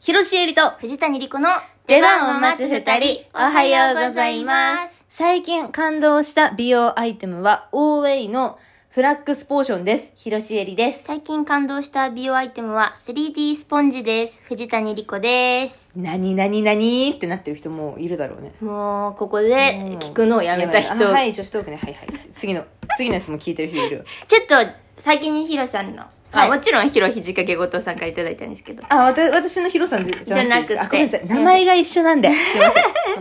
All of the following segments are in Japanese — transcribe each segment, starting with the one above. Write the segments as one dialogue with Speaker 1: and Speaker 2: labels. Speaker 1: 広しえりと、
Speaker 2: 藤谷莉子の
Speaker 1: 出番を待つ二人、おはようございます。。最近感動した美容アイテムは、オーウェイのフラックスポーションです。広しえりです。
Speaker 2: 最近感動した美容アイテムは 3D スポンジです。藤谷莉子です。
Speaker 1: なになになにってなってる人もいるだろうね。
Speaker 2: もう、ここで聞くのをやめた人。
Speaker 1: やばいあはい、女子トークね。はいはい。次の、次のやつも聞いてる人いるよ。
Speaker 2: ちょっと、最近にヒロさんの、
Speaker 1: はい
Speaker 2: あもちろんヒロひじかけごと参加いただいたんですけど、
Speaker 1: あ、わた私のヒロさんじゃなくていいです
Speaker 2: じゃなくて
Speaker 1: あ、ごめんなさい。
Speaker 2: すいませ
Speaker 1: 名
Speaker 2: ん
Speaker 1: 前が一緒なんで。すいません。本当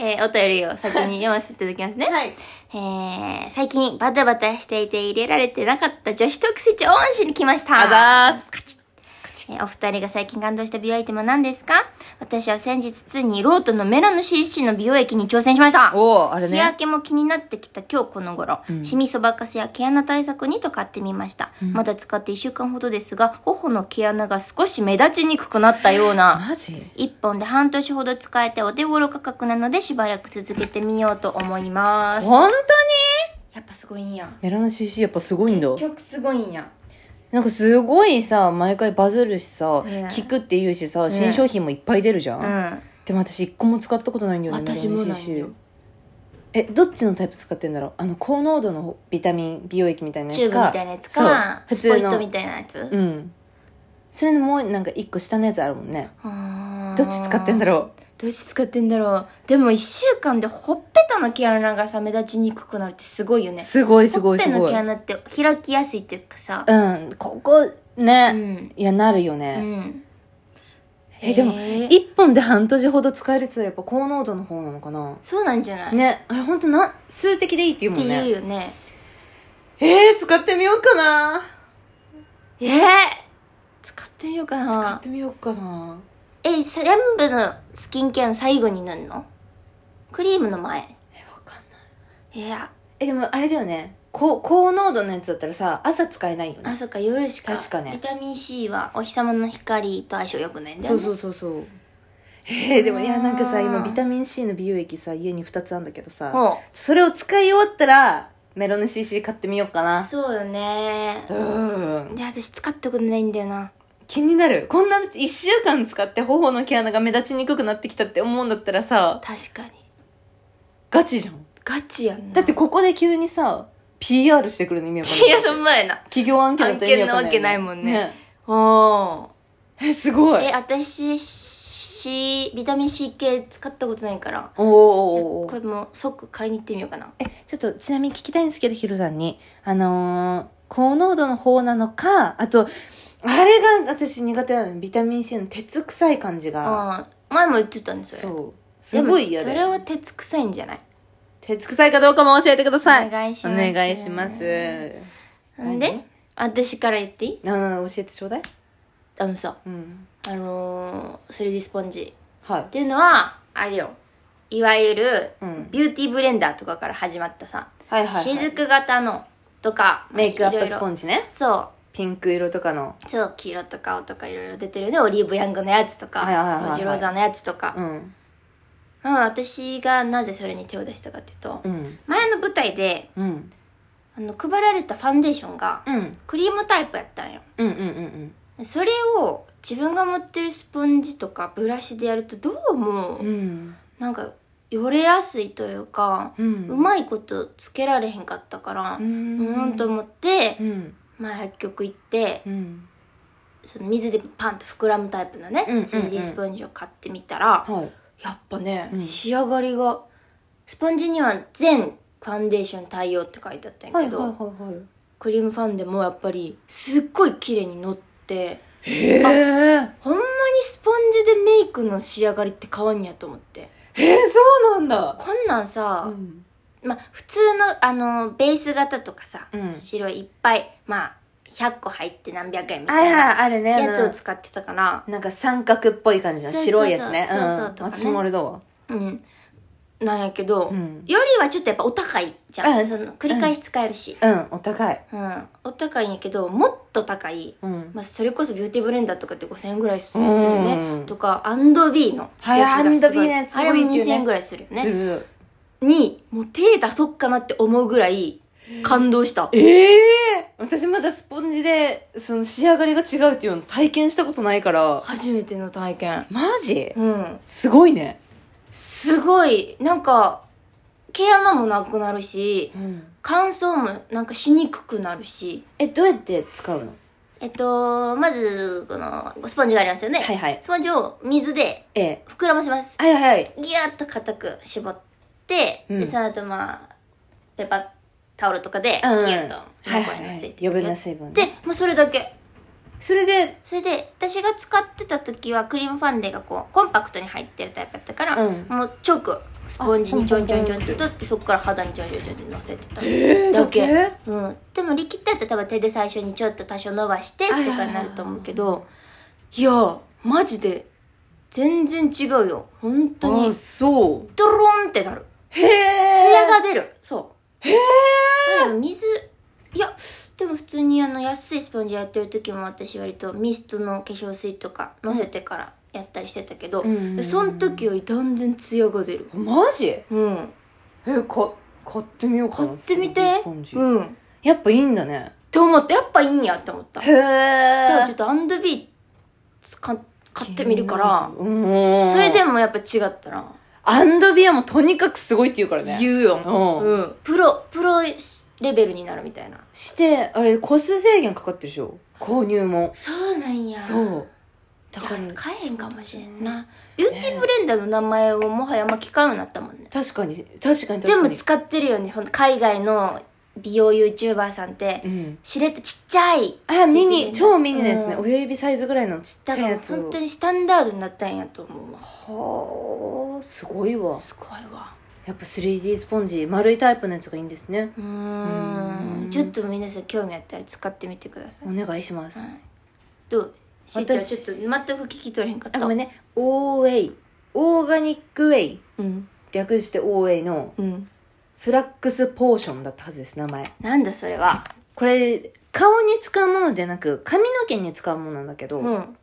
Speaker 1: に。
Speaker 2: えーお便りを先に読ませていただきますね。
Speaker 1: はい。
Speaker 2: えー、最近バタバタしていて入れられてなかった女子特設オンしに来ました。
Speaker 1: あざーす。
Speaker 2: えーお二人が最近感動した美容アイテムは何ですか私は先日ついにロートのメラノ CC の美容液に挑戦しました
Speaker 1: おー、あれ
Speaker 2: 日
Speaker 1: ね
Speaker 2: 焼。けも気になってきた今日この頃、
Speaker 1: うん
Speaker 2: シミそばかすや毛穴対策にと買ってみました、まだ使って1週間ほどですが頬の毛穴が少し目立ちにくくなったよう な
Speaker 1: マジ
Speaker 2: 1本で半年ほど使えてお手頃価格なのでしばらく続けてみようと思います
Speaker 1: 本当に
Speaker 2: やっぱすごいんや
Speaker 1: メラノ CC やっぱすごいんだ。
Speaker 2: 曲すごいんや
Speaker 1: なんかすごいさ、毎回バズるしさ、
Speaker 2: ね
Speaker 1: 聞くって言うしさ、
Speaker 2: ね
Speaker 1: 新商品もいっぱい出るじゃん。
Speaker 2: うん
Speaker 1: でも私一個も使ったことないんだよね。
Speaker 2: 私もないよ
Speaker 1: メラノ CC え、どっちのタイプ使ってんだろうあの、高濃度のビタミン、美容液みたいなや
Speaker 2: チュー
Speaker 1: つ
Speaker 2: ブみ
Speaker 1: か。
Speaker 2: たいなやつか
Speaker 1: そう普
Speaker 2: スポ
Speaker 1: 通
Speaker 2: イトみ
Speaker 1: の。
Speaker 2: たいなやつ
Speaker 1: うん。それのもうなんか一個下のやつあるもんね。
Speaker 2: ど
Speaker 1: どっち使ってんだ
Speaker 2: う
Speaker 1: ろ
Speaker 2: どっち使ってんだろうでも1週間でほっぺたの毛穴がさ目立ちにくくなるってすごいよ
Speaker 1: う
Speaker 2: ね
Speaker 1: すごいすごい
Speaker 2: ほ
Speaker 1: す
Speaker 2: っぺの
Speaker 1: ごい
Speaker 2: 毛。穴って開きやすいっていうかさ
Speaker 1: うん、ここ
Speaker 2: う
Speaker 1: ね。
Speaker 2: ん
Speaker 1: いや、なるよ
Speaker 2: う
Speaker 1: ね。
Speaker 2: ん
Speaker 1: え、でも、
Speaker 2: へー
Speaker 1: 一本で半年ほど使えるってやっぱ高濃度の方なのかな
Speaker 2: そうなんじゃないっ
Speaker 1: ね、あれ本当な数的でいいって言う
Speaker 2: て
Speaker 1: もんね。
Speaker 2: いうよね
Speaker 1: えー、使ってみようかな
Speaker 2: えー使ってみようか
Speaker 1: 使っ
Speaker 2: な
Speaker 1: てみようかな
Speaker 2: え全部のスキンケアの最後になるのクリームの前
Speaker 1: えわかんない
Speaker 2: いや
Speaker 1: えでもあれだよね高高濃度のやつだったらさ朝使えないよね
Speaker 2: あそっか夜しか
Speaker 1: 確かね
Speaker 2: ビタミン C はお日様の光と相性良くないんだよ
Speaker 1: そう
Speaker 2: ね
Speaker 1: そうそうそうえー、でもいやなんかさ
Speaker 2: うん
Speaker 1: 今ビタミン C の美容液さ家に2つあるんだけどさ
Speaker 2: ほ
Speaker 1: それを使い終わったらメロン CC 買ってみようか
Speaker 2: う
Speaker 1: な
Speaker 2: そうよね
Speaker 1: うん
Speaker 2: で私使ったことないんだよな
Speaker 1: 気になるこんな1週間使って頬の毛穴が目立ちにくくなってきたって思うんだったらさ
Speaker 2: 確かに
Speaker 1: ガチじゃん
Speaker 2: ガチやんな
Speaker 1: だってここで急にさ PR してくるの意味わかんない
Speaker 2: いやそんまやな
Speaker 1: 企業案件だったら意味わかんないよね
Speaker 2: 案件なわけないもんねお
Speaker 1: えすごい
Speaker 2: え私 C ビタミン C 系使ったことないから
Speaker 1: おー
Speaker 2: いや
Speaker 1: おーお
Speaker 2: こ
Speaker 1: ー
Speaker 2: れもう即買いに行ってみようかな
Speaker 1: えちょっとちなみに聞きたいんですけどヒロさんにあのー高濃度の方なのかあとあれが私苦手なのビタミン C の鉄臭い感じが
Speaker 2: ああ前も言ってたんですよ
Speaker 1: そうすごい嫌
Speaker 2: そ
Speaker 1: だ
Speaker 2: れ
Speaker 1: よ
Speaker 2: は鉄臭いんじゃない
Speaker 1: 鉄臭いかどうかも教えてください
Speaker 2: お願いします
Speaker 1: お願いします
Speaker 2: んで私から言っていい
Speaker 1: 何なな教えてちょうだい
Speaker 2: あのさ
Speaker 1: うん
Speaker 2: あのー、3D スポンジ
Speaker 1: はい
Speaker 2: っていうのはあれよいわゆる
Speaker 1: うん
Speaker 2: ビューティーブレンダーとかから始まったさ、
Speaker 1: はいはい、はい、
Speaker 2: 雫型のとか
Speaker 1: メイクアップスポ
Speaker 2: ジ
Speaker 1: ンジね
Speaker 2: そう
Speaker 1: ピンク色とかの
Speaker 2: そう黄色とか青とかいろいろ出てるよねオリーブヤングのやつと
Speaker 1: はいはいはいはい
Speaker 2: かオジローザのやつとか、
Speaker 1: うん
Speaker 2: うん、私がなぜそれに手を出したかっていうと、
Speaker 1: うん
Speaker 2: 前の舞台で
Speaker 1: うん
Speaker 2: あの配られたファンデーションが
Speaker 1: うん
Speaker 2: クリームタイプやったんよ
Speaker 1: うんうんうん
Speaker 2: それを自分が持ってるスポンジとかブラシでやるとどうも
Speaker 1: うんうん
Speaker 2: なんかよれやすいというか、
Speaker 1: う
Speaker 2: うんまいことつけられへんかったから、
Speaker 1: う
Speaker 2: うん
Speaker 1: ん
Speaker 2: と思って、
Speaker 1: うん
Speaker 2: まあ、薬局行って
Speaker 1: うん
Speaker 2: その水でパンと膨らむタイプのね、
Speaker 1: うんうんうん
Speaker 2: 3D スポンジを買ってみたら、
Speaker 1: はい
Speaker 2: やっぱね、
Speaker 1: うん
Speaker 2: 仕上がりがスポンジには全ファンデーション対応って書いてあったんや
Speaker 1: はい
Speaker 2: け
Speaker 1: はい
Speaker 2: ど、
Speaker 1: は
Speaker 2: クリームファンデもやっぱりすっごい綺麗にのって
Speaker 1: いへえ
Speaker 2: ほんまにスポンジでメイクの仕上がりって変わんねやと思って
Speaker 1: へえそうなんだ
Speaker 2: こんなんさ、
Speaker 1: ん
Speaker 2: まあ普通のあのベース型とかさ、
Speaker 1: うん
Speaker 2: 白いっぱいまあ100個入って何百円み
Speaker 1: は
Speaker 2: た
Speaker 1: いは
Speaker 2: い
Speaker 1: い
Speaker 2: な
Speaker 1: あれね
Speaker 2: やつを使ってたから、
Speaker 1: なんか三角っぽい感じの
Speaker 2: そうそうそう
Speaker 1: 白いやつね
Speaker 2: そうそうと
Speaker 1: ん
Speaker 2: かね
Speaker 1: 私もあれだわ
Speaker 2: うん、なんやけど、
Speaker 1: うん
Speaker 2: よりはちょっとやっぱお高いじゃん、
Speaker 1: うん
Speaker 2: その繰り返し使えるし、
Speaker 1: うんお高い
Speaker 2: うん、お高いんやけどもっと高い、
Speaker 1: うん
Speaker 2: まあ、それこそビューティーブレンダーとかって5000円ぐらいするよ
Speaker 1: うんうん
Speaker 2: ねとかアンドビーの
Speaker 1: はい
Speaker 2: すご
Speaker 1: R&B の
Speaker 2: い
Speaker 1: やつすご
Speaker 2: あ
Speaker 1: いって
Speaker 2: れ
Speaker 1: いうね
Speaker 2: も2000円ぐらいするよ
Speaker 1: す
Speaker 2: ね
Speaker 1: る
Speaker 2: にもう手出そっかなって思うぐらい感動した。
Speaker 1: ええ私まだスポンジで、その仕上がりが違うっていうの体験したことないから。
Speaker 2: 初めての体験。
Speaker 1: マジ
Speaker 2: うん。
Speaker 1: すごいね。
Speaker 2: すごい、なんか、毛穴もなくなるし、乾燥もなんかしにくくなるし、
Speaker 1: え、どうやって使うの
Speaker 2: えっと、まず、この、スポンジがありますよね。
Speaker 1: はいはい。
Speaker 2: スポンジを水で
Speaker 1: ええ。
Speaker 2: 膨らませます。
Speaker 1: はいはいはい。
Speaker 2: ギューッと固く絞って、
Speaker 1: うん
Speaker 2: で、その後まあ、ペーパータオルとかで、ギ
Speaker 1: う
Speaker 2: ュ
Speaker 1: ん
Speaker 2: ーッと、
Speaker 1: はいはいはい。余分な水分
Speaker 2: で、もうそれだけ。
Speaker 1: それで、
Speaker 2: それで、私が使ってた時はクリームファンデがこう、コンパクトに入ってるタイプだったから、
Speaker 1: うん
Speaker 2: もうチョーク、スポンジにちょんちょんちょんって取って、そこから肌にちょんちょんちょんって乗せてた。
Speaker 1: え
Speaker 2: だけうん。でも力ってやったら多分手で最初にちょっと多少伸ばしてとかになると思うけど、いやー、マジで、全然違うよ。本当
Speaker 1: あ
Speaker 2: に
Speaker 1: あ、。そう。
Speaker 2: ドローンってなる。
Speaker 1: へえ。
Speaker 2: ツヤが出る。そう。へえ。水、いや、でも普通にあの安いスポンジやってる時も私割とミストの化粧水とか乗せてからやったりしてたけど、
Speaker 1: うん
Speaker 2: その時より断然ツヤが出る。
Speaker 1: マジえ、
Speaker 2: うん。
Speaker 1: か、買ってみようか
Speaker 2: 買
Speaker 1: な。
Speaker 2: ってみて
Speaker 1: そのスポン。ジ
Speaker 2: うん。っ
Speaker 1: やっぱいいんだね。
Speaker 2: て思った。やっぱいいんやって思った。だ
Speaker 1: へ
Speaker 2: からちょ
Speaker 1: え。
Speaker 2: っとアンドビー使っ買ってみるから、
Speaker 1: うん。
Speaker 2: それでもやっぱ違ったら、
Speaker 1: アンドビアもとにかくすごいって言うからね。
Speaker 2: 言うよ。
Speaker 1: うん
Speaker 2: うん。プロ、プロレベルになるみたいな。
Speaker 1: して、あれ、個数制限かかってるでしょ購入も。
Speaker 2: そうなんや。
Speaker 1: そう。だ
Speaker 2: じゃ
Speaker 1: から、
Speaker 2: あ買えへんかもしれんなビューティーブレンダーの名前をもはやあんま聞かんようになったもんね
Speaker 1: 確かに、確かに確かに。
Speaker 2: でも使ってるよねほんと海外の美容 YouTuber さんって、
Speaker 1: うん。
Speaker 2: しれっとちっちゃい
Speaker 1: あ、ミ
Speaker 2: うん
Speaker 1: ニ、超ミニのやつね。
Speaker 2: うん
Speaker 1: 親指サイズぐらいのちっ
Speaker 2: だ
Speaker 1: ち
Speaker 2: か
Speaker 1: ゃい
Speaker 2: ら
Speaker 1: やつを。
Speaker 2: 本当にスタンダードになったんやと思うわ
Speaker 1: はあ、すごいわ。
Speaker 2: すごいわ
Speaker 1: やっぱ 3D スポンジ、丸いタイプのやつがいいんですね。
Speaker 2: うーん
Speaker 1: うん
Speaker 2: ちょっと皆さん興味あったら使ってみてください、
Speaker 1: お願いします。
Speaker 2: はい、どうしーちゃんちょ
Speaker 1: 私
Speaker 2: っと全く聞き取れへんかっ
Speaker 1: あ、
Speaker 2: た
Speaker 1: ごめんね。オーウェイ。オーガニックウェイ。
Speaker 2: うん
Speaker 1: 略してオーウェイの
Speaker 2: うん
Speaker 1: フラックスポーションだったはずです、名前。
Speaker 2: なんだそれは
Speaker 1: これ、顔に使うものではなく、髪の毛に使うものなんだけど、
Speaker 2: うん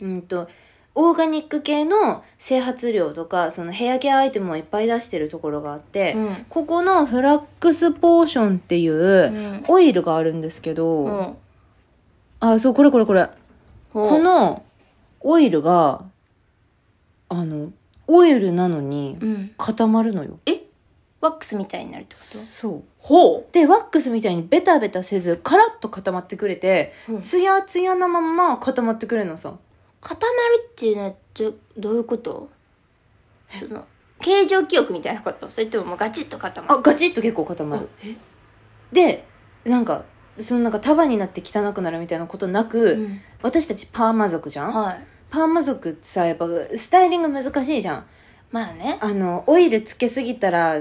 Speaker 1: うんと、オーガニック系の整髪料とか、そのヘアケアアイテムをいっぱい出してるところがあって、
Speaker 2: うん
Speaker 1: ここのフラックスポーションっていううんオイルがあるんですけど、
Speaker 2: うん
Speaker 1: あ、そう、これこれこれ。こ
Speaker 2: こ
Speaker 1: のオイルが、あの、オイルなのに
Speaker 2: うん
Speaker 1: 固まるのよ。
Speaker 2: えワックスみたいになるってこと
Speaker 1: そう。
Speaker 2: ほ
Speaker 1: で、ワックスみたいにベタベタせず、カラッと固まってくれて、
Speaker 2: う、
Speaker 1: ツヤツヤなまんま固まってくれるのさ。
Speaker 2: 固まるっていうのはどどういうことその形状記憶みたいなことそれとももうガチッと固ま
Speaker 1: あ、
Speaker 2: る
Speaker 1: ガチッと結構固まる。で、なんか、そのなんか束になって汚くなるみたいなことなく、
Speaker 2: うん
Speaker 1: 私たちパーマ族じゃん
Speaker 2: はい
Speaker 1: パーマ族ってさ、やっぱスタイリング難しいじゃん。
Speaker 2: まあね
Speaker 1: あの、オイルつけすぎたら、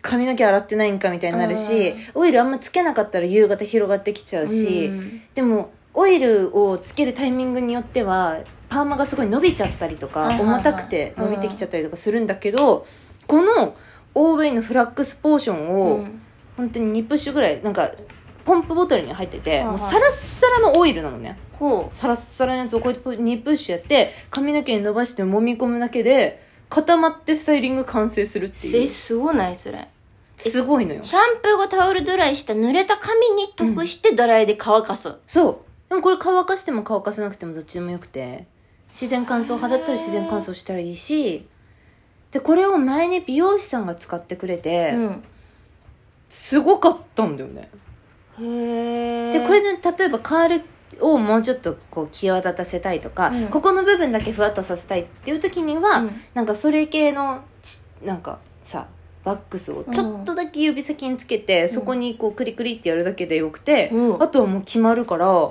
Speaker 1: 髪の毛洗ってないんかみたいになるし、オイルあんまつけなかったら夕方広がってきちゃうし、
Speaker 2: うん
Speaker 1: でも、オイルをつけるタイミングによっては、パーマがすごい伸びちゃったりと
Speaker 2: はい
Speaker 1: か、
Speaker 2: はいはい
Speaker 1: 重たくて伸びてきちゃったりとかするんだけど、この OV のフラックスポーションを、
Speaker 2: うん
Speaker 1: 本当に2プッシュぐらいなんかポンプボトルに入ってて、
Speaker 2: いはい
Speaker 1: もうサラッサラのオイルなのね
Speaker 2: ほ
Speaker 1: サラッサラのやつをこうやって2プッシュやって髪の毛に伸ばして揉み込むだけで固まってスタイリング完成するっ
Speaker 2: う
Speaker 1: てい
Speaker 2: せ
Speaker 1: う
Speaker 2: すごないそれ
Speaker 1: すごいのよ
Speaker 2: シャンプー後タオルドライした濡れた髪に得してドライで乾かす、
Speaker 1: そうでもこれ乾かしても乾かさなくてもどっちでもよくて自然乾燥派だったら自然乾燥したらいいしでこれを前に美容師さんが使ってくれて、
Speaker 2: うん
Speaker 1: すごかったんだよね
Speaker 2: へえ
Speaker 1: でこれで例えばカールをもうちょっとこう際立たせたいとか、
Speaker 2: うん
Speaker 1: ここの部分だけふわっとさせたいっていう時には、
Speaker 2: うん
Speaker 1: なんかそれ系のちなんかさワックスをちょっとだけ指先につけて、そこにこうクリクリってやるだけでよくて、
Speaker 2: うん
Speaker 1: あとはもう決まるから、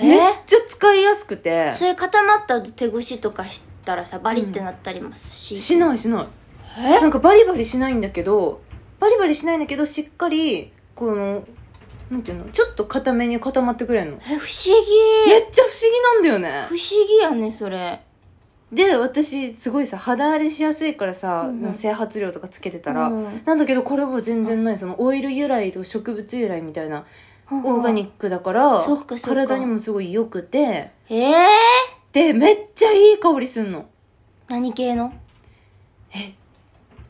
Speaker 2: え
Speaker 1: めっちゃ使いやすくて
Speaker 2: それ固まった後手ぐしとかしたらさバリってなったりもし、
Speaker 1: しないしない
Speaker 2: え
Speaker 1: なんかバリバリしないんだけどバリバリしないんだけどしっかりこのなんていうのちょっと固めに固まってくれるの
Speaker 2: え不思議
Speaker 1: めっちゃ不思議なんだよね
Speaker 2: 不思議やねそれ
Speaker 1: で私すごいさ肌荒れしやすいからさ、
Speaker 2: うん
Speaker 1: なんか整髪料とかつけてたら、
Speaker 2: うん
Speaker 1: なんだけどこれは全然ないそのオイル由来と植物由来みたいなオーガニ
Speaker 2: ッ
Speaker 1: ックだから、
Speaker 2: そっかそっか
Speaker 1: 体にもすごい良くて
Speaker 2: クええ
Speaker 1: でめっちゃいい香りすんの
Speaker 2: 何系の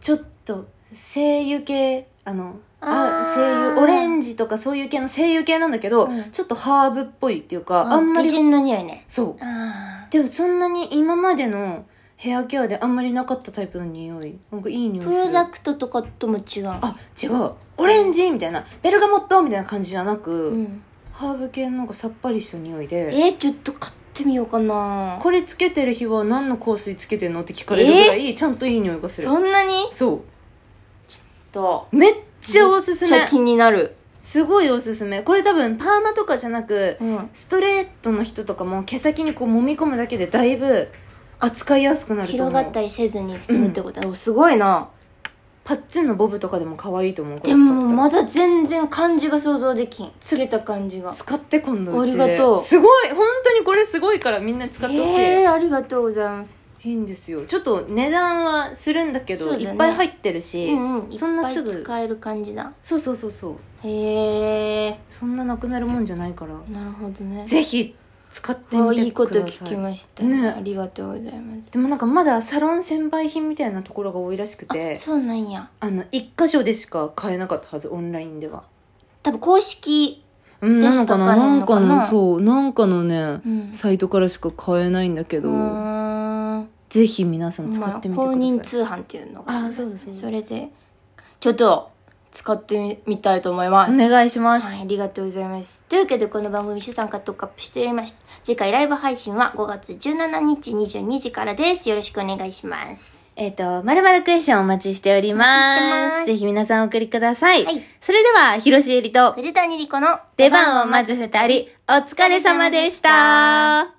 Speaker 1: ちょっと精油系あのあ
Speaker 2: あ
Speaker 1: 精油オレ
Speaker 2: ジ
Speaker 1: ンジとかそういう系の精油系なんだけど、
Speaker 2: うん
Speaker 1: ちょっとハーブっぽいっていうか、あんまり
Speaker 2: 美人の匂いね
Speaker 1: そう
Speaker 2: あ
Speaker 1: でもそんなに今までのヘアケアであんまりなかったタイプの匂いなんかいい匂
Speaker 2: ー
Speaker 1: いす
Speaker 2: プ
Speaker 1: る
Speaker 2: ロダクトとかとも違う
Speaker 1: あ違うオレンジみたいなベルガモットみたいな感じじゃなく、
Speaker 2: うん、
Speaker 1: ハーブ系のなんかさっぱりした匂い
Speaker 2: え
Speaker 1: で
Speaker 2: ー、ちょっと買ってみようかな
Speaker 1: これつけてる日は何の香水つけてんのって聞かれるぐらいちゃんといい匂いがする
Speaker 2: そんなに
Speaker 1: そ
Speaker 2: と
Speaker 1: うめっちゃおすす
Speaker 2: めっち
Speaker 1: め
Speaker 2: ゃ気になる
Speaker 1: すごいおすすめこれ多分パーマとかじゃなく
Speaker 2: うん
Speaker 1: ストレートの人とかも毛先にこう揉み込むだけでだいぶ扱いやすくなると思う
Speaker 2: 広がったりせずに進むってことだ、おすごいな
Speaker 1: パッツンのボブとかでも可愛いと思うこれ
Speaker 2: で
Speaker 1: 使ったら
Speaker 2: もまだ全然感じが想像できんつけた感じが
Speaker 1: 使って今度
Speaker 2: あ
Speaker 1: う
Speaker 2: り
Speaker 1: ちで
Speaker 2: がとう
Speaker 1: すごい本当にこれすごいからみんな使ってほしい、
Speaker 2: えー、ありがとうございます
Speaker 1: いいんですよちょっと値段はするんだけど
Speaker 2: そうだね
Speaker 1: いっぱい入ってる
Speaker 2: う
Speaker 1: し、
Speaker 2: んうん
Speaker 1: そんなすぐ
Speaker 2: いっぱい使える感じだ
Speaker 1: そうそうそうそう
Speaker 2: へえ
Speaker 1: そんななくなるもんじゃないから、
Speaker 2: なるほどね
Speaker 1: ぜひ使ってみてく
Speaker 2: あ
Speaker 1: ださい
Speaker 2: いいこと聞きました
Speaker 1: ね
Speaker 2: ありがとうございます
Speaker 1: でもなんかまだサロン専売品みたいなところが多いらしく
Speaker 2: あ
Speaker 1: て
Speaker 2: そうなんや
Speaker 1: あの一箇所でしか買えなかったはずオンラインでは
Speaker 2: 多分公式
Speaker 1: うん
Speaker 2: で
Speaker 1: な
Speaker 2: しか
Speaker 1: のかな
Speaker 2: 買え
Speaker 1: なんん
Speaker 2: のか
Speaker 1: か
Speaker 2: な
Speaker 1: のそうなんかのね、
Speaker 2: うん
Speaker 1: サイトからしか買えないんだけ
Speaker 2: うー
Speaker 1: ど、
Speaker 2: ん
Speaker 1: ぜひ皆さん使
Speaker 2: ま
Speaker 1: っ
Speaker 2: あ
Speaker 1: てみてください、
Speaker 2: 公認通販っていうのがります
Speaker 1: あそうですそうです
Speaker 2: それでちょっと使ってみみたいと思います
Speaker 1: お願いします、
Speaker 2: はい、ありがとうございます。というわけで、この番組、主さんカットカップしております。次回ライブ配信は5月17日22時からです。よろしくお願いします。
Speaker 1: えっ、と、まるまるクエスチョンお待ちしております。
Speaker 2: お待ちしてます
Speaker 1: ぜひ皆さんお送りください。
Speaker 2: はい
Speaker 1: それでは、広瀬えりと
Speaker 2: 藤谷莉子の
Speaker 1: 出番を待つ二人、お疲れ様でした。